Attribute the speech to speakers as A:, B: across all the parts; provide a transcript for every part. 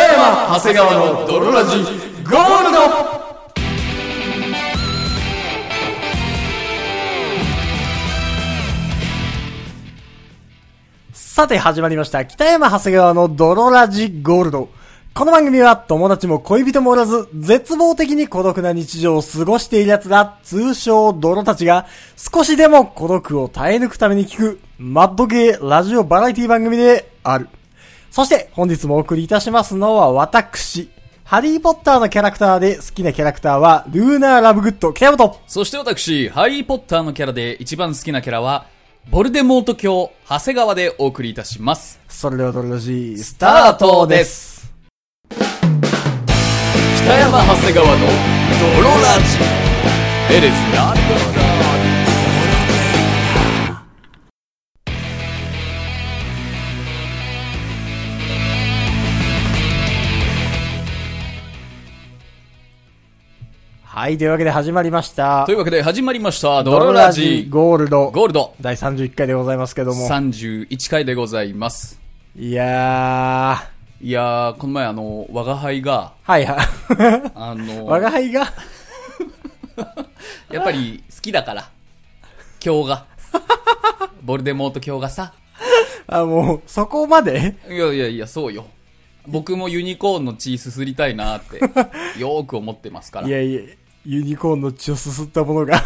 A: 長谷川の泥ラジゴールド
B: さて始まりました。北山長谷川の泥ラジゴールド。この番組は友達も恋人もおらず、絶望的に孤独な日常を過ごしている奴ら、通称泥たちが、少しでも孤独を耐え抜くために聞く、マッド系ラジオバラエティ番組である。そして本日もお送りいたしますのは私。ハリーポッターのキャラクターで好きなキャラクターは、ルーナーラブグッド、北本。
C: そして私、ハリー・ポッターのキャラで一番好きなキャラは、ボルデモート教、長谷川でお送りいたします。
B: それでは泥ラジ、ス
C: スタートです。
B: す。
C: 北山長谷川の泥ラジ。エレスな
B: はい、というわけで始まりました
C: とい。うわけで始まりました、
B: 泥
C: 泥
B: ラ
C: ラ
B: ジ
C: ジ。
B: ゴールド。
C: ゴールド。
B: 第31回でございますけども。
C: 31回でございます。
B: いや
C: いやー、この前あの、我が輩が、
B: ー。はい はい。
C: あ
B: 我が
C: の、
B: 輩が、
C: やっぱり好き だから、教が。ボルデモート教がさ。
B: あ、もう、そこまで
C: いやいやいや、そうよ。僕もユニコーンの血すすりたいなって、 よーく思ってますから
B: い。やいや、ユニコーンの血をすすったものが、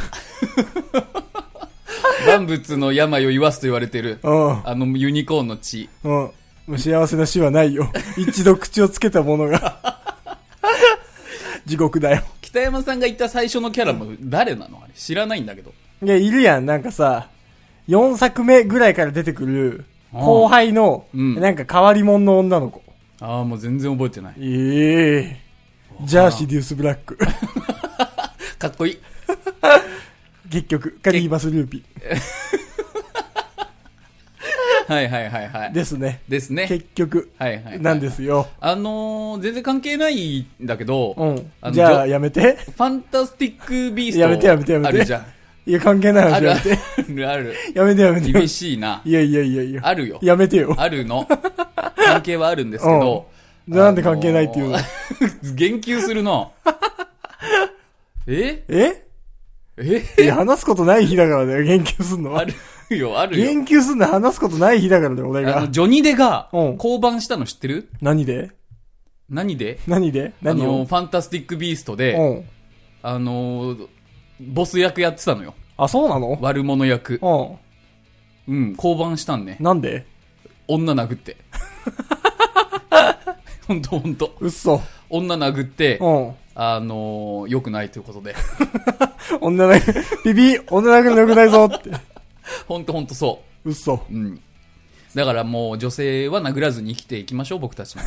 C: 万物の病を言わすと言われてる。
B: うん
C: あのユニコーンの血。
B: うん。もう幸せな死はない よ。一度口をつけたものが、地獄だよ。
C: 北山さんが言った最初のキャラも誰なのあれ知らないんだけど。
B: いや、いるやん、なんかさ、4作目ぐらいから出てくる、後輩の、
C: うん
B: なんか変わり者の女の子。
C: ああ、もう全然覚えてない。
B: ええジャーシデュースブラック。
C: かっこいい。
B: 結局、カリーバスルーピ
C: はいはいはいはい。
B: ーですね。
C: ですね。
B: 結局、
C: はいはい。
B: なんですよ。
C: あのー、全然関係ないんだけど、
B: うん
C: あ。の
B: じゃあ、やめて。
C: ファンタスティックビースト。
B: やめてやめてやめて
C: あるじゃん。
B: いや、関係ない
C: あ
B: 話
C: る
B: や
C: あ
B: めて。
C: る。ある。
B: やめてやめて。
C: 厳しいな。
B: いやいやいやいや。
C: あるよ。
B: やめてよ。
C: あるの。関係はあるんですけど。
B: なんで関係ないっていうの
C: あの言及するな。え
B: え
C: え
B: いや、話すことない日だからだよ、言及すんの
C: あ
B: は。
C: るよ、あるよ。
B: 言及すんの話すことない日だからだよ、俺
C: あ
B: が
C: の、。ジョニデが
B: うん
C: 降板したの知ってる
B: 何で
C: 何で
B: 何で
C: あ
B: 何
C: の、
B: を
C: ファンタスティックビースト
B: う
C: で、
B: ん。
C: あの、ボス役やってたのよ。
B: あ、そうなの
C: 悪者役。
B: う
C: うん、降板したんね
B: ん。。なんで
C: 女殴って。 ほんとほんと。
B: うっそ。
C: 女殴って
B: う、ん。
C: あの、良くないということで。
B: 女だけ、 ビビ、女だけの良くないぞって。
C: ほんとほんとそう。
B: うっそ。
C: うん。だからもう女性は殴らずに生きていきましょう、僕た ちも。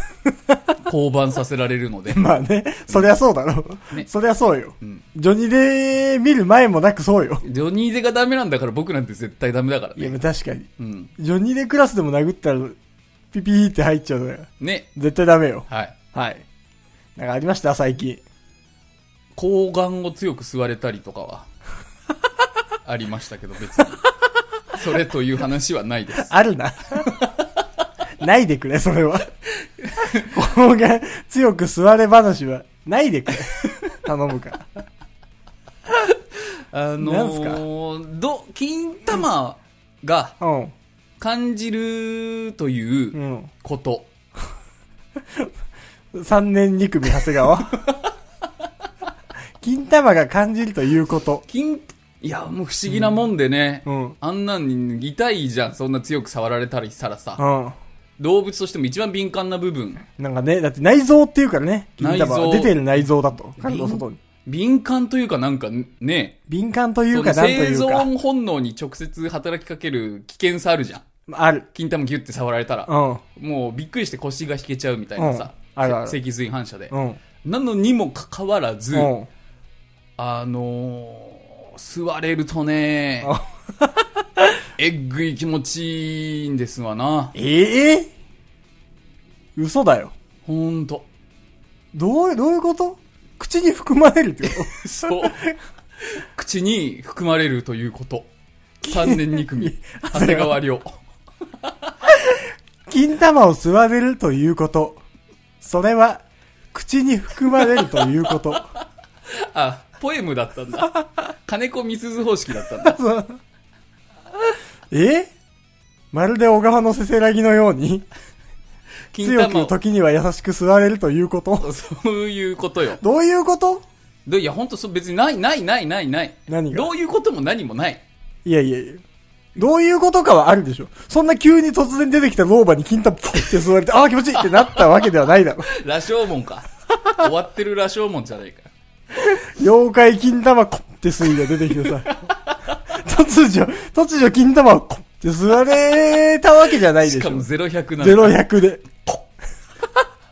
C: 降板させられるので。
B: まあね、そりゃそうだろ。
C: ね
B: そりゃそうよ。
C: ん
B: ジョニーで見る前もなくそうよ。
C: ジョニーゼがダメなんだから僕なんて絶対ダメだから
B: いや、
C: ね。
B: 確かに。
C: うん。
B: ジョニーでクラスでも殴ったら、ピピーって入っちゃうのよ。
C: ね。
B: 絶対ダメよ。
C: はい。
B: はい。なんかありました最近。
C: 睾丸を強く吸われたりとかは、ありましたけど別に。それという話はないです。
B: あるな。ないでくれ、それは。こうが強く座れ話は、ないでくれ。頼むから。
C: あ
B: な
C: の
B: んすか
C: ー、ど、金玉が
B: うん。。
C: 感じるといううんこと。
B: 3年2組、長谷川。金玉が感じるということ。
C: 金、いや、もう不思議なもんでね。
B: うん。
C: あんなんに痛いじゃん。そんな強く触られたりしたらさ。
B: うん。
C: 動物としても一番敏感な部分。
B: なんかね、だって内臓っていうからね、金玉
C: 内
B: は
C: 臓
B: 出てる内臓だと。体の外に。
C: 敏感というかなんかね、
B: 敏感という
C: そ
B: か、
C: の
B: なんと
C: 生
B: いうか。
C: 存本能に直接働きかける危険さあるじゃん。
B: ある。
C: 金玉ギュッて触られたら、
B: うん。
C: もうびっくりして腰が引けちゃうみたいなさ、
B: うんあるある
C: せ脊髄反射で。
B: うん。
C: なのにもかかわらず、
B: うん。
C: あのー、座れるとね
B: あ、
C: えっぐい気持ちいいんですわな。
B: ええ嘘だよ。
C: ほんと。
B: どう、どういうこと口に含まれるってこ
C: そう。口に含まれるということ。3年2組。 長谷川亮。
B: と金玉を吸われるということ。それは、口に含まれるということ。
C: あ、ポエムだったんだ。金子みすず方式だったんだ。
B: えまるで小川のせせらぎのように、
C: 金
B: 強
C: 玉
B: く
C: を。
B: 時には優しく吸われるという こと。
C: そういうことよ。
B: どういうこと
C: でいや、ほんとそう、別にない、ない、ない、ない、ない。
B: 何が
C: どういうことも何もない。
B: いやいやいや。どういうことかはあるでしょ。そんな急に突然出てきた老婆に金玉ポイって吸われて、ああ気持ちいいってなったわけではないだろ。
C: 羅生門か。終わってる羅生門じゃないか。
B: 妖怪金玉コって吸いが出てきてさ。突如、突如金玉をコって吸われたわけじゃないで
C: し
B: し
C: か
B: ょ
C: も。0100なんだ。
B: 0、100で。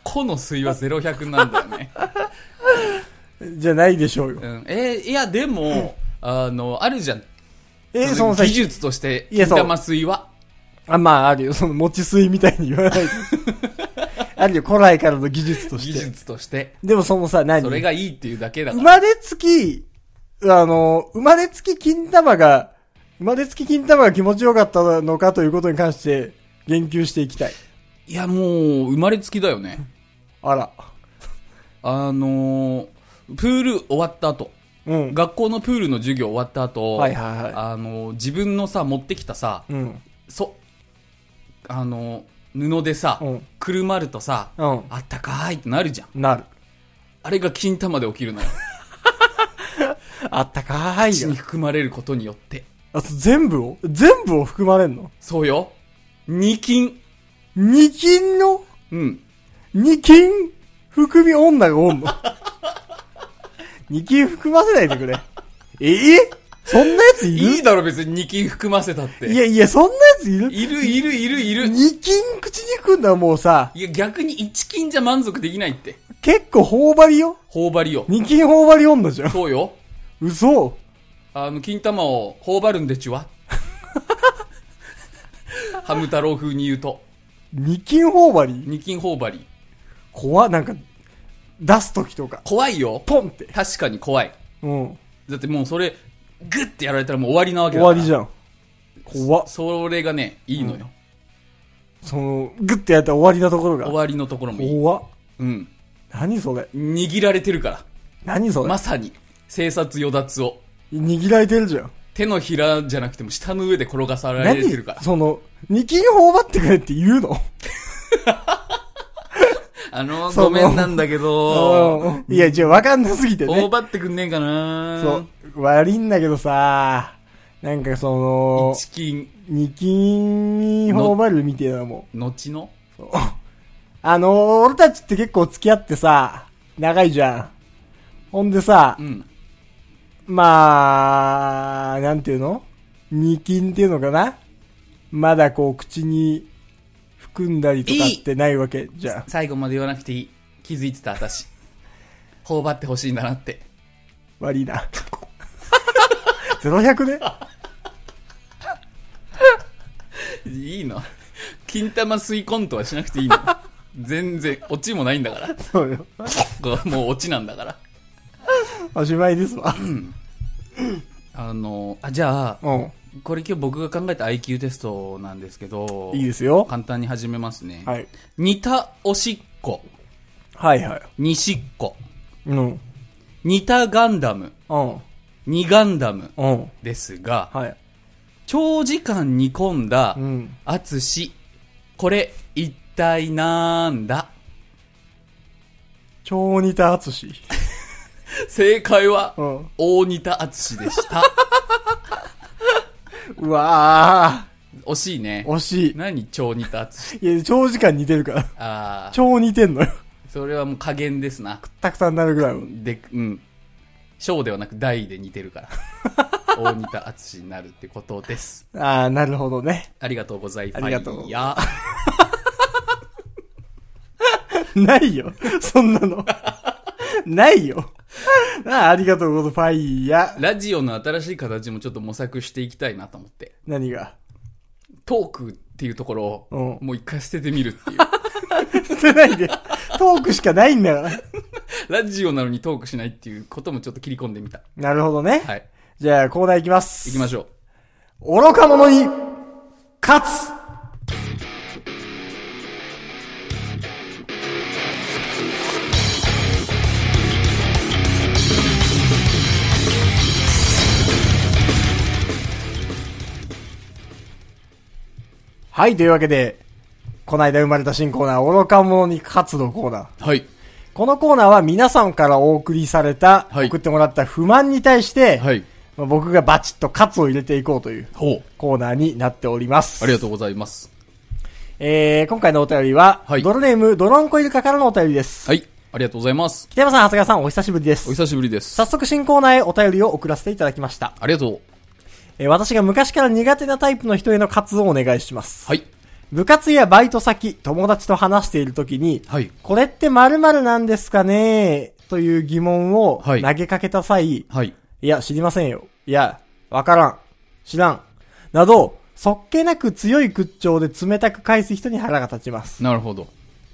C: この水は0100なんだよ ね。
B: じゃないでしょうよ
C: う。ん、えーいや、でも、あの、あるじゃん。
B: えー、そのさ
C: 技、術として、
B: いや
C: 金
B: そう
C: 玉水は。
B: あ、まああるよ。その持ち吸いみたいに言わないで。あるよ、古来からの技術とし
C: 技
B: て。
C: 術として。
B: でもそのさ、何
C: それがいいっていうだけだか
B: 生
C: ら。
B: まれつき、あの、生まれつき金玉が、生まれつき金玉が気持ちよかったのかということに関して、言及していきたい。
C: いや、もう、生まれつきだよね。
B: あら。
C: あのープール終わった後、
B: うん。
C: 学校のプールの授業終わった後、
B: はいはいはい
C: あのー自分のさ、持ってきたさ、
B: うん。
C: そ、あのー布でさ、
B: うん
C: くるまるとさ、
B: うん。
C: あったかーいってなるじゃん。
B: なる。
C: あれが金玉で起きるのよ。
B: あったかい
C: 血に
B: よ。
C: 含まれることによって。
B: あと全部を全部を含まれんの
C: そうよ。二金。
B: 二金の
C: うん。
B: 二金含み女がおんの 二金含ませないでくれ。えそんなやついる
C: いいだろ別に二金含ませたって。
B: いやいや、そんなやついる
C: いるいるいるいる。
B: 二金口に含んだらもうさ、
C: いや逆に一金じゃ満足できないって。
B: 結構頬張りよ
C: 頬張りよ。
B: 二金頬張り女じゃん。
C: そうよ。
B: 嘘
C: あの、金玉を頬張るんでちゅわ。 ハム太郎風に言うと。
B: 二金頬張り
C: 二金頬張り。
B: 怖っなんか、出す時とか、
C: 怖いよ。
B: ポンって。
C: 確かに怖い。
B: うん。
C: だってもうそれ、グッてやられたらもう終わりなわけ
B: 終
C: だから。
B: わりじゃん。怖っ
C: それがね、いいのよ。
B: その、グッてやったら終わりなところ
C: 終
B: が。
C: わりのところもいい。
B: 怖っ
C: うん。
B: 何それ
C: 握られてるから。
B: 何それ、
C: まさに、生殺与奪を。
B: 握られてるじゃん。
C: 手のひらじゃなくても下の上で転がされ
B: 何
C: てるから。
B: その、二金頬張ってくれって言うの
C: あのー、
B: その
C: ごめんなんだけど、
B: うんいや、じゃあわかんなすぎて
C: 頬
B: ね。
C: 張ってくんねえかな
B: そう。悪いんだけどさ、なんかその、
C: 一金、
B: 二金頬張るみたいなもん。
C: 後の
B: あのー、俺たちって結構付き合ってさ、長いじゃん。ほんでさ
C: う、ん。
B: まあ、なんていうの二金っていうのかなまだこう口に含んだりとかってないわけじゃん。
C: 最後まで言わなくていい。気づいてた、私。頬張ってほしいんだなって。
B: 悪いな。0100ね
C: いいの。金玉吸いコントはしなくていいの。全然、オチもないんだから。
B: そうよ。
C: ここもうオチなんだから。
B: おしまいですわ。
C: あのー、あ、じゃあ、
B: うん。
C: これ今日僕が考えた IQ テストなんですけど、
B: いいですよ。
C: 簡単に始めますね。
B: はい。
C: 似たおしっこ、
B: はいはい。
C: にしっこ、
B: うん。
C: 似たガンダム、
B: うん。
C: にガンダム
B: うん。
C: ですが、
B: はい。
C: 長時間煮込んだ
B: うん。
C: あつし、これ一体なんだ
B: 超似た淳。
C: 正解は、
B: うん。
C: 大似たあつしでした。
B: うわ
C: 惜しいね
B: ー。。惜しい。
C: 何超似たあつし。
B: いや、長時間似てるから。
C: ああ、
B: 超似てんのよ。
C: それはもう加減ですな。
B: たくさんなるぐらいは。
C: で、うん。小ではなく大で似て るから。大似たあつしになるってことです。
B: ああ、なるほどね。
C: ありがとうございます。
B: ありがとう
C: いや。
B: ないよ。そんな の。ないよ。ああ、ありがとうございます。ファイヤー。
C: ラジオの新しい形もちょっと模索していきたいなと思って。
B: 何が
C: トークっていうところを、
B: うん
C: もう一回捨ててみ るっていう。
B: 捨てないで。トークしかないんだから。
C: ラジオなのにトークしないっていうこともちょっと切り込んでみた。
B: なるほどね。
C: はい。
B: じゃあ、コーナー行きます。
C: 行きましょう。
B: 愚か者に、勝つはい、というわけで、こないだ生まれた新コーナー、愚か者に勝つのコーナー。
C: はい。
B: このコーナーは皆さんからお送りされた、
C: はい
B: 送ってもらった不満に対して、
C: はい。
B: まあ僕がバチッと勝つを入れていこうという
C: ほう。
B: コーナーになっております。
C: ありがとうございます。
B: えー、今回のお便りは、
C: はい
B: ドロネームドロンコイルカからのお便りです。
C: はい。ありがとうございます。
B: 北山さん、長谷川さん、お久しぶりで
C: お
B: す。
C: 久しぶりです。
B: 早速新コーナーへお便りを送らせていただきました。
C: ありがとう。
B: えー私が昔から苦手なタイプの人への活をお願いします。
C: はい。
B: 部活やバイト先、友達と話しているときに、
C: はい。
B: これって〇〇なんですかねという疑問を投
C: はい
B: げかけた際、
C: はい。
B: いや、知りませんよ。いや、わからん。知らん。など、そっけなく強い口調で冷たく返す人に腹が立ちます。
C: なるほど。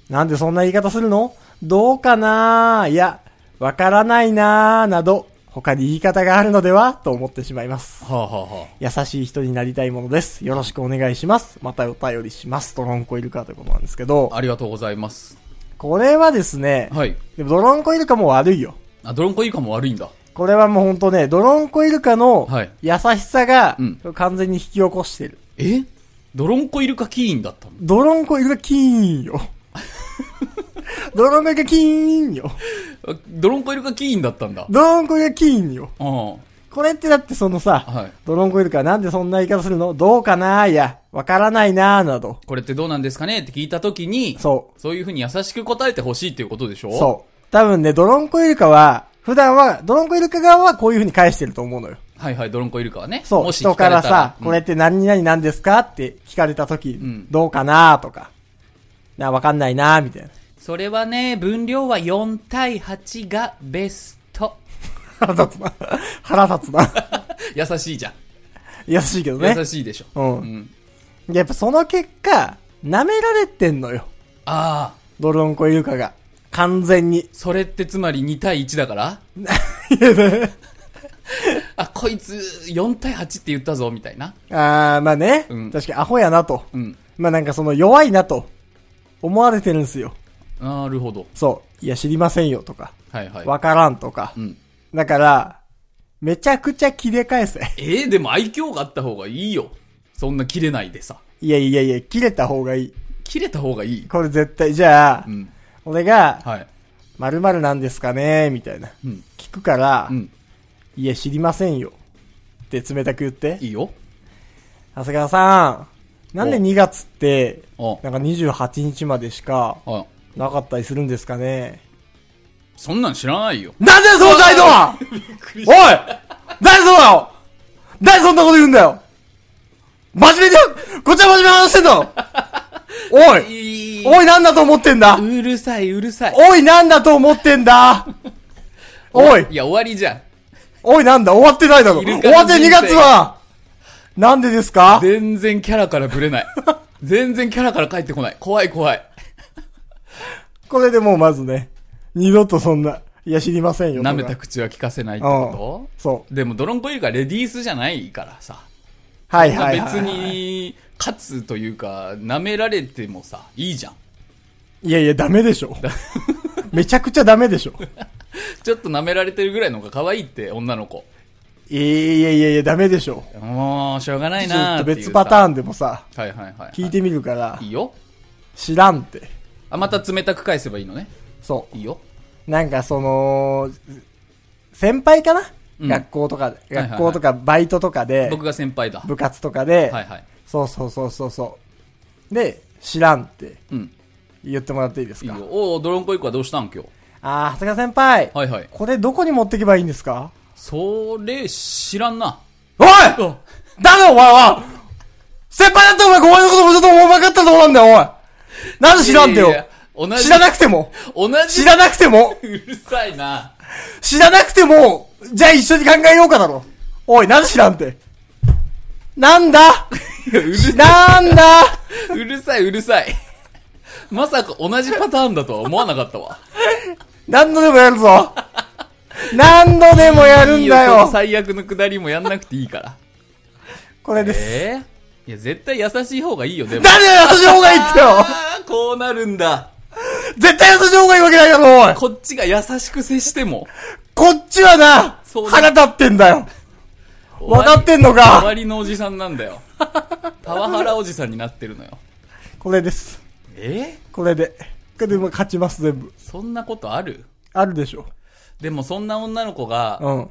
B: なんでそんな言い方するのどうかないや、わからないななど、他に言い方があるのではと思ってしまいます。
C: はあ、はあは
B: 優しい人になりたいものです。よろしくお願いします。またお便りします。ドロンコイルカということなんですけど
C: あ、、ありがとうございます。
B: これはですね、
C: はい。
B: でもドロンコイルカも悪いよ。
C: あ、ドロンコイルカも悪いんだ。
B: これはもうほんとね、ドロンコイルカの
C: はい
B: 優しさが
C: うん
B: 完全に引き起こしてる。
C: えドロンコイルカキーンだったの
B: ドロンコイルカキーン よ。ドロンコイルカキーンよ。
C: あドロンコイルカキーンだったんだ。
B: ドロンコイルカキーンよ。
C: ああ。
B: これってだってそのさ、
C: はい
B: ドロンコイルカなんでそんな言い方するのどうかないや、わからないななど。
C: これってどうなんですかねって聞いたときに、
B: そう。
C: そういうふうに優しく答えてほしいっていうことでしょ
B: そう。多分ね、ドロンコイルカは、普段は、ドロンコイルカ側はこういう風に返してると思うのよ。
C: う。はいはい、ドロンコイルカはね。
B: そう、
C: もし
B: 人
C: 聞か
B: か
C: れ
B: ら
C: たら
B: さ、
C: うん
B: これって何々なんですかって聞かれた時、
C: ん
B: どうかなとか、な、わかんないなみたい
C: それはね、分量は4対8がベスト。
B: な。腹立つな。腹立つな。
C: 優しいじゃん。
B: 優しいけどね
C: 優。しいでしょ。
B: うん
C: うん。
B: やっぱその結果、舐められてんのよ。
C: ああ、
B: ドロンコイルカが。完全に。
C: それってつまり2対1だから
B: いやね
C: あ、こいつ4対8って言ったぞ、みたいな。
B: あー、まあね、
C: うん
B: 確かにアホやなと。
C: うん。
B: まあなんかその弱いなと、思われてるんですよ。
C: なるほど。
B: そう。いや、知りませんよとか、
C: はいはい。
B: わからんとか
C: う。ん。
B: だから、めちゃくちゃ切れ返せ。
C: ええでも愛嬌があった方がいいよ。そんな切れないでさ。
B: いやいやいや、切れた方がいい。
C: 切れた方がいい。
B: これ絶対、じゃあ、
C: うん。
B: 俺が、
C: はい。
B: 〇〇なんですかねみたいな。
C: うん。
B: 聞くから、
C: うん。
B: いや、知りませんよ。って冷たく言って
C: い。いよ。
B: 長谷川さん、なんで
C: お
B: 2月って、
C: あ
B: なんか28日までしか、
C: あ。
B: なかったりするんですかね
C: そんなん知らないよ。
B: なんでその態度 はおい誰そうだよ誰そんなこと言うんだよ真面目に、こっちは真面目に話してんだろおい
C: い
B: おいなんだと思ってんだ
C: うるさい、うるさい。
B: おいなんだと思ってんだおい
C: いや、終わりじゃん。
B: おいなんだ終わってないだろ
C: イルカ
B: 終
C: の
B: わって2
C: 人生
B: 月はなんでですか
C: 全然キャラからぶれ ない。全然キャラから帰ってこない。怖い怖い。
B: これでもうまずね、二度とそんな、いや知りませんよ。
C: 舐めた
B: とか
C: 口は聞かせないってこ
B: そう
C: と。でもドロンコイルカレディースじゃないからさ。
B: はいはいはい。
C: 別。に、勝つというか、舐められてもさ、いいじゃん。
B: いやいやダメでしょ。めちゃくちゃダメでしょ。
C: ちょっと舐められてるぐらいの方が可愛いって、女の子。
B: いやいやいやいやダメでしょ。
C: もう、しょうがない
B: ず
C: な
B: っと
C: ーっていう
B: 別パ
C: ー
B: ターンでもさ、
C: ン。はいはいはい。
B: 聞いてみるから
C: い、いよ。
B: 知らんって。
C: あ、また冷たく返せばいいのね。
B: そ
C: いいよ。
B: う。なんかその、先輩かな
C: うん
B: 学校とか、
C: はいはい
B: 学校とかバイトとかで、
C: 僕が先輩だ。
B: 部活とかで、
C: はいはい。
B: そうそうそうそうそう。で、知らんって
C: うん。
B: 言ってもらっていいです
C: いい
B: か
C: よ。おおドロンコイルカどうしたん今日。
B: あー、長谷川先輩、
C: はいはい。
B: これどこに持ってけばいいんですか
C: それ、知らんな。
B: おい
C: あ
B: だろお前は先輩だってお前ごめんのこともちょっとお前かったらどうなんだよおいなんで知らんてよ
C: いやいや同じ。
B: 知らなくても
C: 同じ
B: 知。らなくても
C: うるさいな。
B: 知らなくてもじゃあ一緒に考えようかだろおい、なんで知らんてなん だ
C: いやうる
B: なんだ
C: うるさい、うるさい。まさか同じパターンだとは思わなかったわ。
B: 何度でもやるぞ何度でもやるんだ
C: いいその
B: よ
C: 最悪のくだりもやんなくてい いから。
B: これです。
C: ええいや、絶対優しい方がいいよ、でも。
B: 誰が優しい方がいいって よ
C: あーこうなるんだ。
B: 絶対優しい方がいいわけないだろおい
C: こっちが優しく接しても。
B: こっちはな
C: そう、だ
B: 腹立ってんだよ。わかってんの
C: 終
B: か
C: わりのおじさんなんだよ。パワハラおじさんになってるのよ。
B: これです。
C: え
B: これで。これでもう勝ちます、全部。
C: そんなことある
B: あるでしょ。
C: でもそんな女の子が、
B: うん。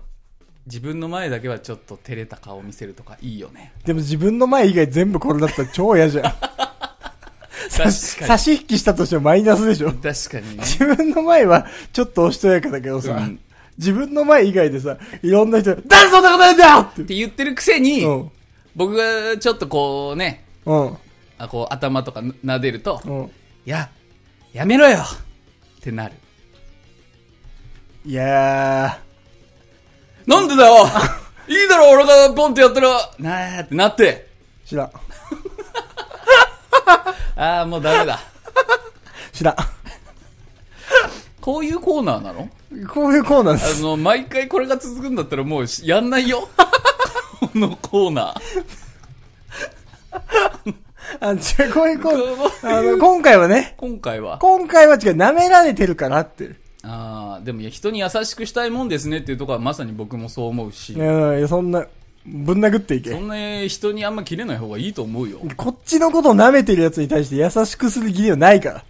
C: 自分の前だけはちょっと照れた顔を見せるとかいいよね。
B: でも自分の前以外全部これだったら超嫌じゃん。
C: 確か
B: 差し引きしたとしてもマイナスでしょ。
C: に。確かにね。
B: 自分の前はちょっとおしとやかだけどさ、
C: うん
B: 自分の前以外でさ、いろんな人が、誰そんなことやんだよっ。
C: ってて言ってるくせに、
B: うん。
C: 僕がちょっとこうね、
B: うん。
C: あこう頭とかな撫でると、
B: うん。
C: いや、やめろよってなる。
B: いや
C: なんでだよいいだろ俺がポンってやったら、なーってなって、
B: ー、知らん。
C: あーもうダメだ。
B: 知らん。
C: こういうコーナーなの
B: こういうコーナーで
C: あ
B: す。
C: の、毎回これが続くんだったらもうしやんないよ。このコーナー。
B: あ、違う、こういうコー
C: こ
B: ナー。あの、今回はね、
C: 今回は。
B: 今回は違う、舐められてるからって。
C: ああ、でもいや人に優しくしたいもんですねっていうところはまさに僕もそう思うし
B: い、やいや、そんな、ぶん殴ってい
C: そ
B: け。
C: んな人にあんま切れない方がいいと思うよ。
B: こっちのことを舐めてるやつに対して優しくする義理はないから。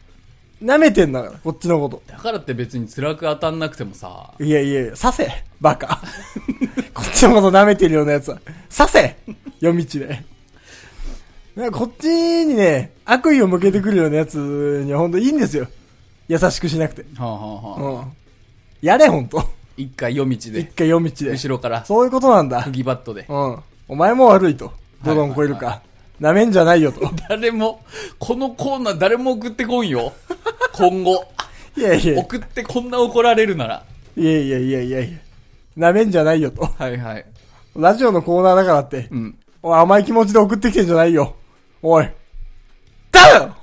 B: 舐めてんだから、こっちのこと。
C: だからって別に辛く当たんなくてもさ、
B: いやいや、させ、バカ。 こっちのこと舐めてるようなやつは、させ、夜道で。なんかこっちにね、悪意を向けてくるようなやつにはほんといいんですよ。優しくしなくて。
C: はあはあ
B: う
C: はあ、
B: ん。やれ、ほんと。
C: 一回夜道
B: 一
C: で、
B: 回夜道で。
C: 後ろから、
B: そういうことなんだ
C: 釘。バットで。
B: うん。お前も悪いと。ドロン超える
C: はい
B: か。舐めんじゃないよと。
C: 誰も、このコーナー誰も送ってこんよ。今後。
B: いやいや、
C: 送ってこんな怒られるなら。
B: いやいやいやいやいや。舐めんじゃないよと。
C: はいはい。
B: ラジオのコーナーだからって
C: う。ん。
B: おい甘い気持ちで送ってきてんじゃないよ。おい。だよ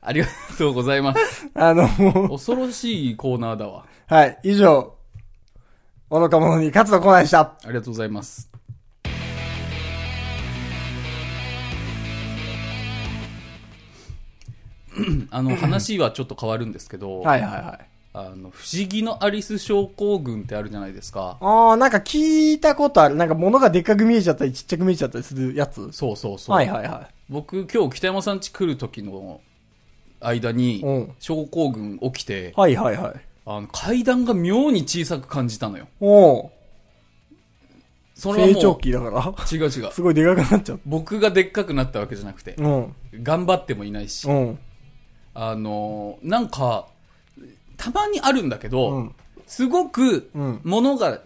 C: ありがとうございます。
B: あの、 もう、
C: 恐ろしいコーナーだわ。
B: はい、以上、愚か者に勝つのコーナーでした。
C: ありがとうございます。 あの話はちょっと変わるんですけど、
B: はいはいはい。
C: あの不思議のアリス症候群ってあるじゃないですか。
B: あー、なんか聞いたことある。なんか物がでっかく見えちゃったりちっちゃく見えちゃったりするやつ。
C: そうそうそう。
B: はいはいは
C: 僕今日北山さん家来る時の間に
B: うん
C: 症候群起き
B: い。、
C: て
B: はいはいはい。
C: あの階段が妙に小さく感じたのよ。
B: おー、
C: それは
B: 成長
C: も
B: 期だから。。
C: う違う違う
B: すごいでかくなっちゃっ
C: 僕がでっかくなったわけじゃなくて
B: た。、うん。
C: 頑張ってもいないし
B: う、ん。
C: あのーなんか、たまにあるんだけど、
B: うん
C: すごく
B: うん、
C: 物が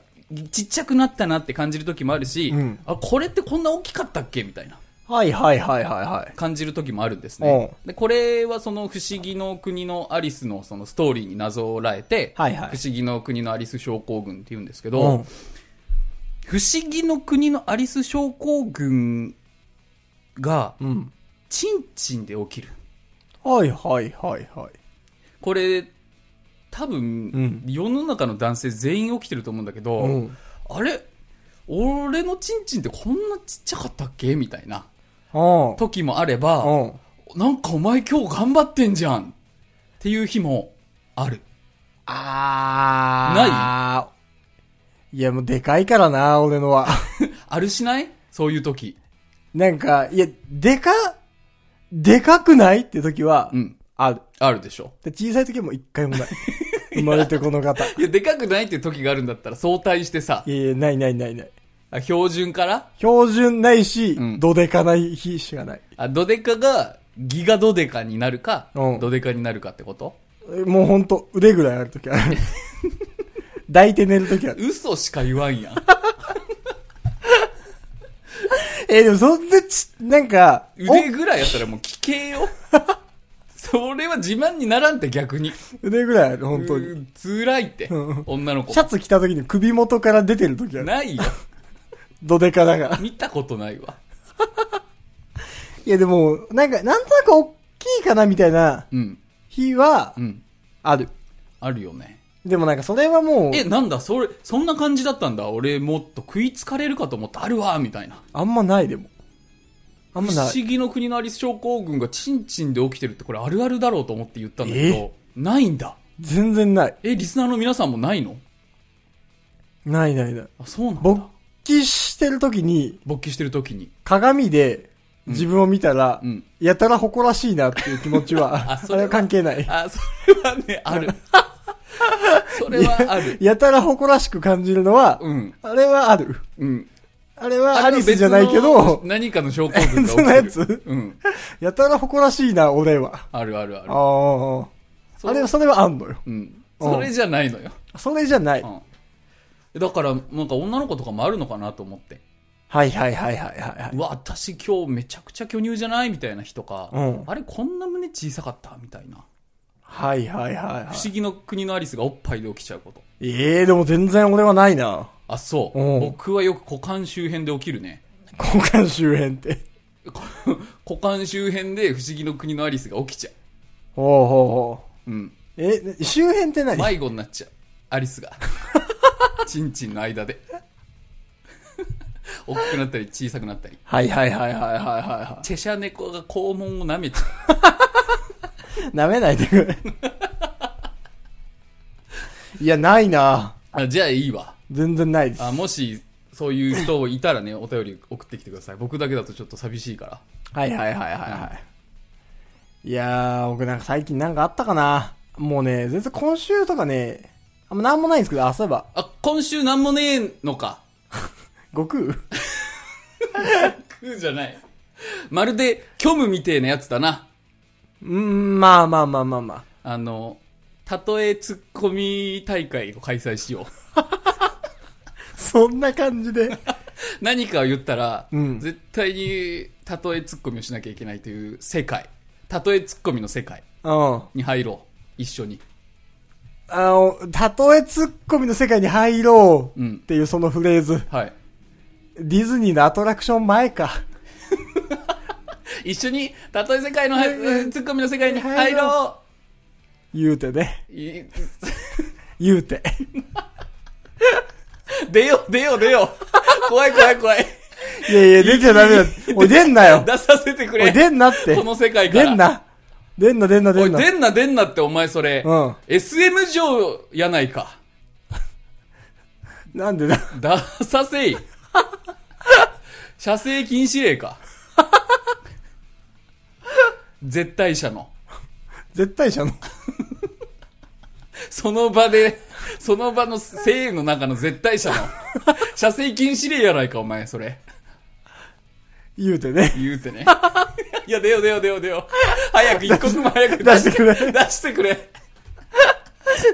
C: ちっちゃくなったなって感じる時もあるし、
B: うん
C: あ、これってこんな大きかったっけみたいな
B: はいはいはいはいはい。
C: 感じる時もあるんです
B: おう
C: ね。で、これはその不思議の国のアリスのそのストーリーになぞらえて、
B: はいはい
C: 不思議の国のアリス症候群って言うんですけ
B: う
C: ど、
B: ん。
C: 不思議の国のアリス症候群が、
B: うん。
C: チンチンで起きる。
B: はいはいはいはい。
C: これ多分、
B: うん
C: 世の中の男性全員起きてると思うんだけど、
B: うん
C: あれ俺のチンチンってこんなちっちゃかったっけみたいな
B: うん。
C: 時もあれば、
B: うん。
C: なんかお前今日頑張ってんじゃんっていう日もある。
B: あー。ないいやもうでかいからな、俺のは。
C: あるしないそういう時。
B: なんか、いや、でか、でかくないって時は
C: う、ん。
B: ある。
C: あるでしょ。
B: で小さい時はもう一回もない。 生まれてこの方。い
C: いや、でかくないっていう時があるんだったら相対してさ、
B: やいや、ないないないない。
C: あ標準から、
B: 標準ないし、
C: うん
B: どでかない日しかない。
C: あドデカがギガドデカになるか、
B: うん
C: ドデカになるかってこと
B: もうほんと、腕ぐらいある時ある。 抱いて寝る時ある。
C: 嘘しか言わんやん。
B: えーでもそんなち、なんか、
C: 腕ぐらいやったらもう危険よ。 それは自慢にならんって逆に。
B: お腕ぐらいある、本当に。
C: に。辛いって
B: ん、
C: 女の子
B: シ。ャツ着た時に首元から出てる時ある。
C: ないよ。
B: どでかだから。
C: 見たことないわ。
B: いやでも、なんか、なんとなく大きいかなみたいな
C: うん。
B: 日は
C: う、ん。
B: ある。
C: あるよね。
B: でもなんかそれはもう、
C: え、なんだ、それ、そんな感じだったんだ。俺もっと食いつかれるかと思った。あるわ、みたいな。
B: あんまないでも。あん
C: 不
B: まない。
C: 思議の国のアリス症候群がチンチンで起きてるってこれあるあるだろうと思って言ったんだけど、ないんだ。
B: 全然ない。
C: え、リスナーの皆さんもないの
B: ないないない。
C: あ、そうなん
B: 勃
C: だ。
B: 起してる時に、
C: 勃起してる時 に。
B: 鏡で自分を見たら、
C: うんうん
B: やたら誇らしいなっていう気持ちは、
C: あ
B: あ
C: それは
B: れは関係ない。
C: あ、それはね、あ る。それはある。
B: やたら誇らしく感じるのは、
C: うん。
B: あれはある。
C: うん。
B: あれはア
C: ある
B: リ
C: 別
B: ス
C: の
B: じゃないけど、
C: 何かの症候群が起きて
B: そ
C: る。
B: のやつ
C: うん。
B: やたら誇らしいな、俺は。
C: あるあるある。
B: ああ。
C: そう
B: あれは、それはあんのよ。
C: うん。
B: うん
C: それじゃないのよ。
B: それじゃない。
C: うん。だから、なんか女の子とかもあるのかなと思って。
B: はいはいはいはいはいは
C: う
B: い。
C: わ、私今日めちゃくちゃ巨乳じゃないみたいな人か、
B: うん
C: あれこんな胸小さかったみたいな。
B: はいはいはいは
C: 不思議の国のアリスがおっぱいで起きちゃうこと。
B: い。ええでも全然俺はないな。
C: あ、そう
B: うん。
C: 僕はよく股間周辺で起きるね。
B: 交換周辺って。
C: 股間周辺で不思議の国のアリスが起きちゃ
B: ほうほうほ
C: う。うん。
B: う。え、周辺って何
C: 迷子になっちゃう。アリスが。チンチンの間で。 大きくなったり小さくなったり。
B: はいはいはいはいはいは
C: チェシャ猫が肛門を舐めちゃ
B: い。
C: う。
B: 舐めないでくれ。いや、ないな
C: あじゃあいいわ。
B: 全然ないです。
C: あもし、そういう人いたらね、お便り送ってきてください。僕だけだとちょっと寂しいから。
B: はいはいはいはいはい。いやー、僕なんか最近なんかあったかなもうね、全然今週とかね、あんまなんもないんですけど、あ、そういえば、
C: あ、今週なんもねえのか。
B: 悟空
C: 空じゃない。まるで虚無みてえなやつだな。
B: うん、まあまあまあまあまあ。
C: あの、たとえツッコミ大会を開催しよう。
B: そんな感じで。
C: 何かを言ったら、
B: うん
C: 絶対にたとえツッコミをしなきゃいけないという世界。たとえツッコミの世界
B: うん。
C: に入ろう。一緒に。
B: あの、たとえツッコミの世界に入ろう
C: う
B: っ
C: ん
B: ていうそのフレーズ。
C: はい。
B: ディズニーのアトラクション前か。
C: 一緒に、たとえ世界の、はいツッコミの世界に入ろ
B: 言うてね。
C: う。い
B: 言うて。
C: 出よう、出よう、出よ う。怖い、怖い、怖い。
B: いやいや、出ちゃダメだ。おい、出んな よ。
C: 出させてく
B: おい、
C: れ。
B: 出んなって。
C: この世界から。
B: 出んな。出んな、出んな、
C: お
B: 出
C: い、
B: んな。
C: 出んな、出んなって、お前それ。
B: うん
C: SM 上やないか。
B: なんでだ。
C: 出させい。射精禁止令か。絶対者の。
B: 絶対者の。
C: その場で、その場の声援の中の絶対者の。射精禁止令やないか、お前、それ。
B: 言うてね。
C: 言うてね。いや、出よう出よう出よう出よう。早く、一刻も早く
B: 出してくれ
C: 出してくれ。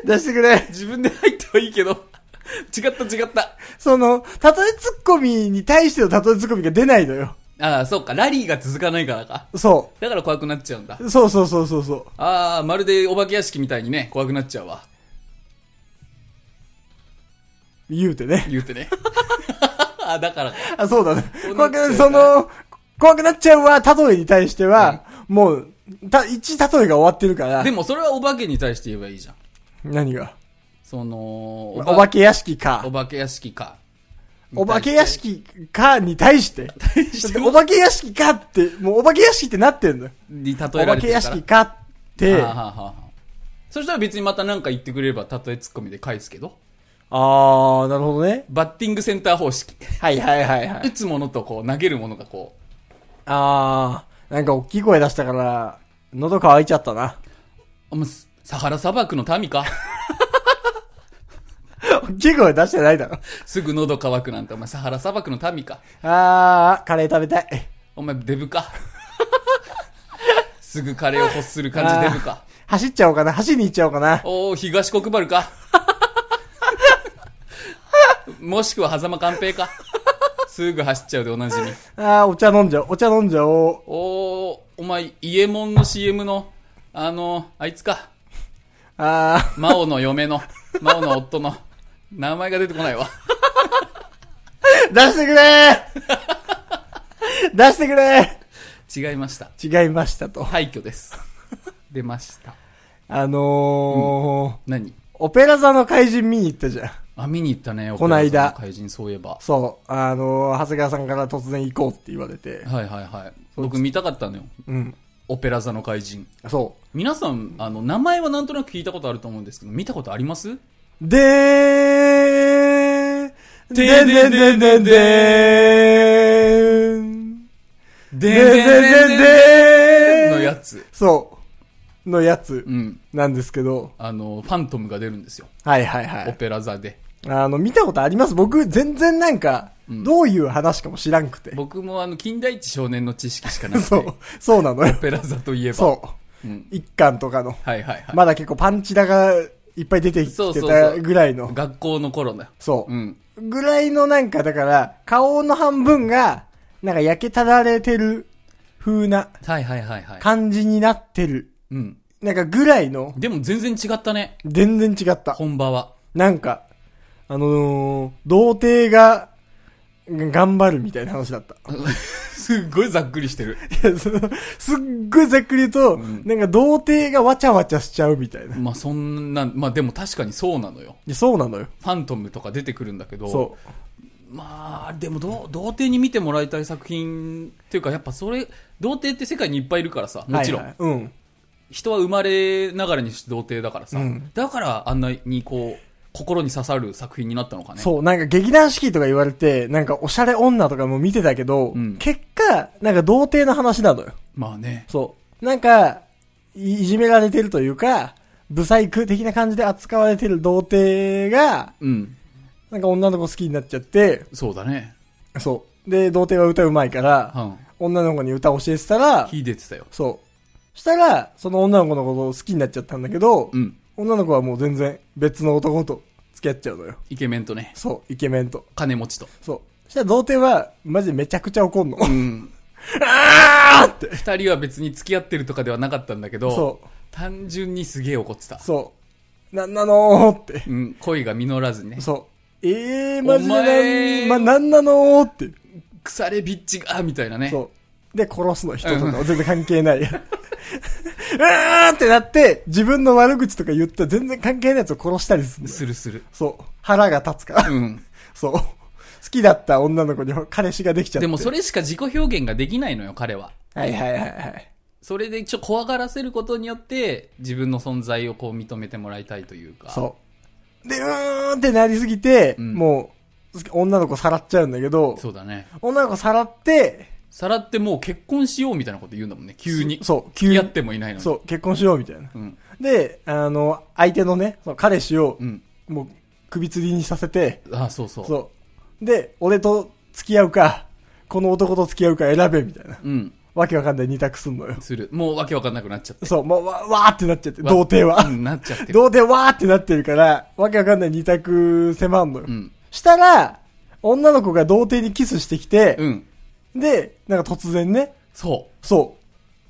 B: 出してくれ。
C: 自分で入ってはいいけど。違った違った。
B: その、たとえツッコミに対してのたとえツッコミが出ないのよ。
C: ああ、そうか。ラリーが続かないからか。
B: そ
C: だから怖くなっちゃうんだ。
B: う。そうそうそうそうそう。
C: ああ、まるでお化け屋敷みたいにね、怖くなっちゃうわ。
B: 言うてね。
C: 言うてね。 あだからか。
B: あ、そうだね。怖
C: 怖
B: く
C: く
B: な
C: なっちゃ
B: そ
C: うね
B: の、怖くなっちゃうは、例えに対しては、もう、た、一例えが終わってるから
C: で、もそれはお化けに対して言えばいいじゃん。
B: 何が
C: その、お
B: お化け屋敷か
C: お。化け屋敷か。
B: お化け屋敷かに対して。だ ってお化け屋敷かって、もうお化け屋敷ってなってんのよ。
C: に例
B: お
C: えら
B: 化
C: れ
B: け
C: てる
B: 屋
C: から。
B: 敷かって。
C: はあはあはあはあそしたら別にまた何か言ってくれれば、たとえツッコミで返すけど。
B: あー、なるほどね。
C: バッティングセンター方式。
B: はいはいはいは
C: 打
B: い。
C: つものとこう投げるものがこ
B: あー、なんか大きい声出したから、喉乾いちゃったな。
C: う、お前サハラ砂漠の民か
B: 大きい声出してないだろ。
C: すぐ喉乾くなんて、お前サハラ砂漠の民か
B: あー、カレー食べたい。
C: お前デブ かすぐカレーを欲する感じデブか
B: 走っちゃおうかな。走りに行っちゃおうかな。
C: おお東国原かもしくは狭間寛平かすぐ走っちゃうでおなじみ。
B: あー、お茶飲んじゃおう。お茶飲んじゃおう。
C: おー、お前、イエモンの CM の、あの、あいつか。
B: あ
C: 真央の嫁の、真央の夫の、名前が出てこないわ。
B: ー、 出してくれー 出してくれ
C: 違いました。
B: ー違いましたと。
C: 廃墟です。出ました。
B: あのー、
C: 何
B: オペラ座の怪人見に行ったじゃん。
C: あ、見に行ったね、
B: こないだ
C: オペラ座の怪人、そういえば。
B: そう。あのー、長谷川さんから突然行こうって言われて。
C: はいはいはい。僕見たかったのよ。
B: うん。
C: オペラ座の怪人。
B: そ
C: 皆さん、あの、名前はなんとなく聞いたことあると思うんですけど、見たことあります
B: う。でーでんでんでんでんでーん。
C: で
B: でん
C: んで
B: でん
C: んで
B: でん
C: んで
B: でーん。
C: んのやつ。
B: そう。のやつ
C: うん。
B: なんですけど。
C: あの、ファントムが出るんですよ。
B: はいはいは
C: オ
B: い。
C: ペラ座で。
B: あの、見たことあります僕、全然なんか、
C: ん
B: どういう話かも知らんくて。
C: 僕もあの、近代一少年の知識しかなくて。
B: そ
C: オ
B: う。そうなのよ。
C: ペラ座といえば。
B: そう。
C: うん
B: 一巻とかの。
C: はいはいはい。
B: まだ結構パンチだがいっぱい出てき
C: そう
B: て
C: そうそ
B: た
C: う
B: ぐらいの。
C: 学校の頃だ。
B: そう
C: う。ん。
B: ぐらいのなんか、だから、顔の半分が、なんか焼けただれてる風な
C: はいはいはいはい。
B: 感じになってる。
C: うん。
B: なんかぐらいの、
C: でも全然違ったね。
B: 全然違った。
C: 本場は。
B: なんか、あのー、童貞が、が頑張るみたいな話だった。
C: すっごいざっくりしてる。
B: いやその すっごいざっくり言うと、
C: ん
B: なんか童貞がわちゃわちゃしちゃうみたいな。
C: まあそんな、まあでも確かにそうなのよ。
B: いやそうなのよ。
C: ファントムとか出てくるんだけど。
B: そ
C: まあ、でもどう、童貞に見てもらいたい作品っていうか、やっぱそれ、童貞って世界にいっぱいいるからさ、
B: う。
C: もちろん。
B: はいはいうん。
C: 人は生まれながらにして童貞だからさ、
B: うん
C: だからあんなにこう、心に刺さる作品になったのかね。
B: そう、なんか劇団四季とか言われて、なんかおしゃれ女とかも見てたけど、
C: うん
B: 結果、なんか童貞の話なのよ。
C: まあね。
B: そう。なんか、いいじめられてるというか、ブサイク的な感じで扱われてる童貞が、
C: うん。
B: なんか女の子好きになっちゃって、
C: そうだね。
B: そう。で、童貞は歌うまいか
C: う
B: ら、
C: ん。
B: 女の子に歌教えてたら、
C: 秀でてたよ。
B: そう。したら、その女の子のことを好きになっちゃったんだけど、
C: うん。
B: 女の子はもう全然別の男と付き合っちゃうのよ。
C: イケメンとね、
B: そう、イケメンと。
C: 金持ちと。
B: そう。そしたら童貞は、マジでめちゃくちゃ怒んの。
C: うん。
B: あーって。
C: 二人は別に付き合ってるとかではなかったんだけど、
B: そう。
C: 単純にすげえ怒ってた。
B: そう。なんなのーって。
C: うん。恋が実らずにね。
B: そう。えー、マジ
C: お前
B: でなん、ま、なんなのーって。
C: 腐れビッチが、みたいなね。
B: そう。で、殺すの人とかは全然関係ない。う ーんってなって、自分の悪口とか言ったら全然関係ないやつを殺したりするのよ
C: するする。
B: そう。腹が立つから。
C: うん。
B: そう。 好きだった女の子に彼氏ができちゃって。
C: でもそれしか自己表現ができないのよ、彼は。
B: はいはいはいはい。
C: それでちょ怖がらせることによって、自分の存在をこう認めてもらいたいというか。
B: そう。で、うーんってなりすぎて、
C: うん
B: もう、女の子さらっちゃうんだけど、
C: そうだね。
B: 女の子さらって、
C: さらってもう結婚しようみたいなこと言うんだもんね、急に。
B: そそう、
C: 付
B: 急
C: き合
B: に
C: っ。てもいないのに。。
B: そうう、結婚しようみたいな。
C: ん。
B: で、あの、相手のね、その彼氏を
C: う、ん。
B: もう、首吊りにさせて、
C: あ、そうそう。う。
B: そう。で、俺と付き合うか、この男と付き合うか選べ、みたいな。
C: ん。
B: わけわかんない二択すんのよ。
C: する。もうわけわかんなくなっちゃって。
B: そう、もう、わ、わーってなっちゃって、童貞は。
C: うん、なっちゃってる。
B: 童貞わーってなってるから、わけわかんない二択迫んのよ。
C: うん。
B: したら、女の子が童貞にキスしてきて、
C: うん。
B: で、なんか突然ね、
C: そう。
B: そ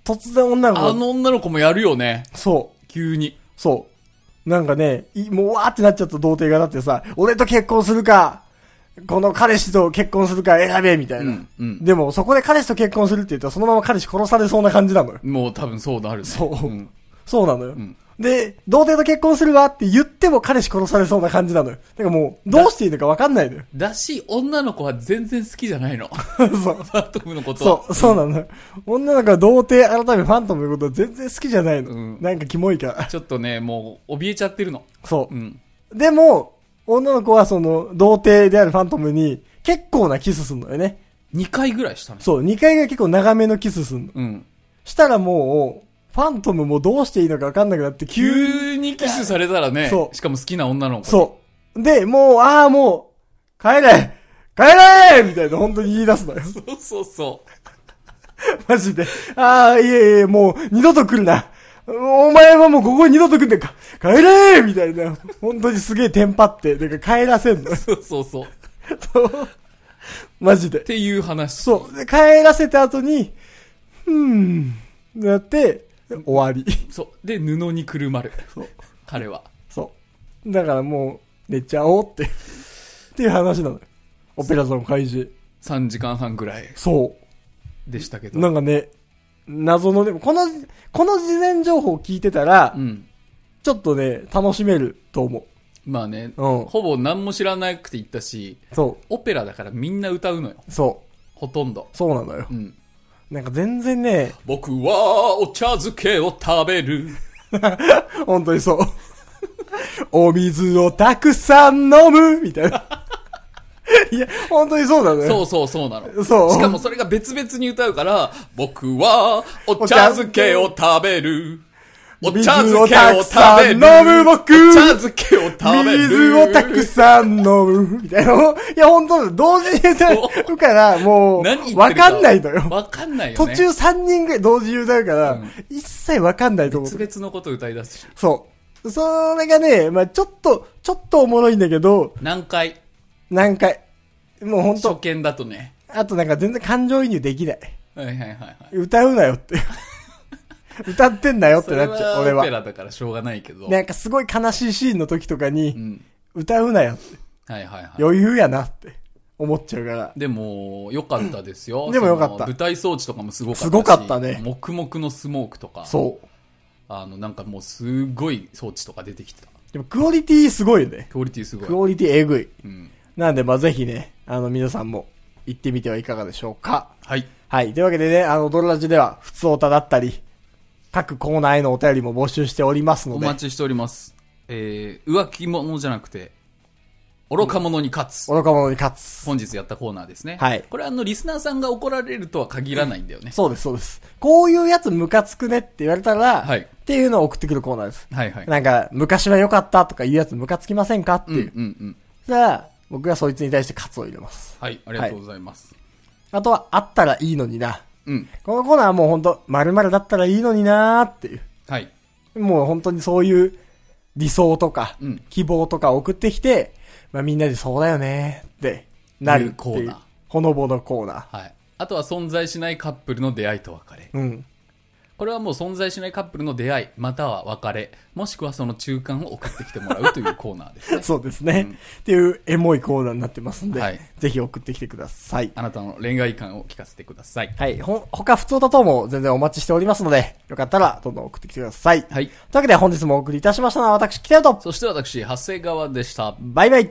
B: う。突然女の子が
C: あの女の子もやるよね。
B: そう、
C: 急に。
B: そう。なんかね、いもうわーってなっちゃった童貞がだってさ、俺と結婚するか、この彼氏と結婚するか選べ、みたいな。
C: うんうん
B: でも、そこで彼氏と結婚するって言ったら、そのまま彼氏殺されそうな感じなのよ。
C: もう多分そうなるね。
B: そう
C: うん。
B: そうなのよ。
C: ん
B: で、童貞と結婚するわって言っても彼氏殺されそうな感じなのよ。だからもう、どうしていいのかわかんないのよ。
C: だし、女の子は全然好きじゃな いの。
B: そう。
C: ファントムのことは。
B: そう、そうなのよ。女の子は童貞改めファントムのことは全然好きじゃないの。
C: うん
B: なんかキモいから。
C: ちょっとね、もう、怯えちゃってるの。
B: そう
C: う。ん。
B: でも、女の子はその、童貞であるファントムに、結構なキスすんのよね。
C: 2回ぐらいしたの。
B: そう、2回が結構長めのキスすんの。
C: うん。
B: したらもう、ファントムもどうしていいのか分かんなくなって、急に。
C: 急にキスされたらね
B: そ、う
C: しかも好きな女の子。
B: そう。で、もう、ああ、もう、帰れ帰れみたいな、本当に言い出すのよ。
C: そうそうそう。
B: マジで。ああ、いえいえ、もう、二度と来るな。お前はもうここに二度と来るんだか。帰れみたいな。本当にすげえテンパって、なんか帰らせんの。
C: そうそうそう。っ
B: マジで。
C: ていう話。
B: そう。で、帰らせた後に、ふーん、ってなって、で終わり。
C: そう。で、布にくるまる。
B: そう。
C: 彼は。
B: そう。だからもう、寝ちゃおうって。っていう話なのよ。オペラ座の怪獣。
C: 3時間半ぐらい
B: そ
C: でしたけ
B: う。な
C: ど。
B: んかね、謎の、でも、この、この事前情報を聞いてたら、
C: うん。
B: ちょっとね、楽しめると思
C: まあね、
B: うん
C: ほぼ何も知らなくて行ったし、
B: う。そ
C: オペラだからみんな歌うのよ。
B: う。そう。
C: ほとんど。
B: そうなのよ
C: う。ん。
B: なんか全然ね、
C: 僕はお茶漬けを食べる。
B: 本当にそう。 お水をたくさん飲むみたいな。 いや、本当にそうだね。
C: そうそうそうなの。
B: そう
C: しかもそれが別々に歌うから、僕はお茶漬けを食べる。お茶
B: 水を
C: 漬け
B: た
C: を
B: く
C: 食
B: さん
C: べ
B: 飲む
C: る。
B: 僕
C: お茶漬けを食べる。
B: 水をたくさん飲む。みたいな。いや、本当だ同時に歌う から、も
C: 何言ってる
B: う、わかんないのよ。
C: わかんないよ
B: 途
C: ね。
B: 中3人ぐらい同時に歌うから、一切わかんないと思う。
C: 別々のこと歌い出すし。
B: そう。それがね、まあちょっと、ちょっとおもろいんだけど、
C: 何回
B: 何回。もう本
C: 初
B: 当
C: 見だとね。
B: あとなんか全然感情移入できない。
C: はいはいはいはい。
B: 歌うなよって。 歌ってんなよっ
C: そ
B: て
C: れ
B: なっちゃ
C: は
B: う、俺
C: オペ
B: は。
C: ラだからしょうがないけど。
B: なんかすごい悲しいシーンの時とか
C: う
B: に、
C: ん。
B: 歌うなよって。
C: はいはいはい。
B: 余裕やなって思っちゃうから。
C: でも、良かったですよ。
B: でも良かった
C: その舞台装置とかもすごかったし。
B: すごかったね
C: 黙々のスモークとか。
B: そう。
C: あの、なんかもうすごい装置とか出てきてた。
B: でもクオリティすごいよね。
C: クオリティす
B: ク
C: ごい。
B: オリティえぐい。
C: うん。
B: なんで、まあ、ぜひね、あの、皆さんも行ってみてはいかがでしょうか。
C: はい。
B: はい。というわけでね、あの、ドロラジでは、普通オタだったり、各コーナーへのお便りも募集しておりますの
C: お
B: で、
C: 待ちしております。えー、浮気者じゃなくて、愚か者に勝つ。
B: 愚か者に勝つ。
C: 本日やったコーナーですね。
B: はい
C: これあの、リスナーさんが怒られるとは限らないんだよね。
B: そうです、そうです。こういうやつムカつくねって言われたら、
C: はい
B: っていうのを送ってくるコーナーです。
C: はいはい。
B: なんか、昔は良かったとかいうやつムカつきませんかって
C: うんう
B: い
C: ん
B: う。
C: うん。
B: じゃあ、僕がそいつに対して勝つを入れます。
C: はい、ありがとうございます。
B: あとは、あったらいいのにな。
C: うん。
B: このコーナーはもうほんと、〇〇だったらいいのになーっていう。
C: はい。
B: もう本当にそういう理想とか
C: うん、
B: 希望とか送ってきて、まあみんなでそうだよねってなるって
C: いうコー
B: い
C: ナ
B: う
C: ー。
B: ほのぼのコーナー。
C: はい。あとは存在しないカップルの出会いと別れ。
B: うん。。
C: これはもう存在しないカップルの出会い、または別れ、もしくはその中間を送ってきてもらうというコーナーですね
B: そうですね、っていうエモいコーナーになってますんで、
C: はい
B: ぜひ送ってきてください。
C: あなたの恋愛感を聞かせてください。
B: はい。ほん、他普通だとも全然お待ちしておりますので、よかったらどんどん送ってきてください。という
C: はい。
B: わけで本日もお送りいたしましたのは私、北野と、
C: そして私、長谷川でした。
B: バイバイ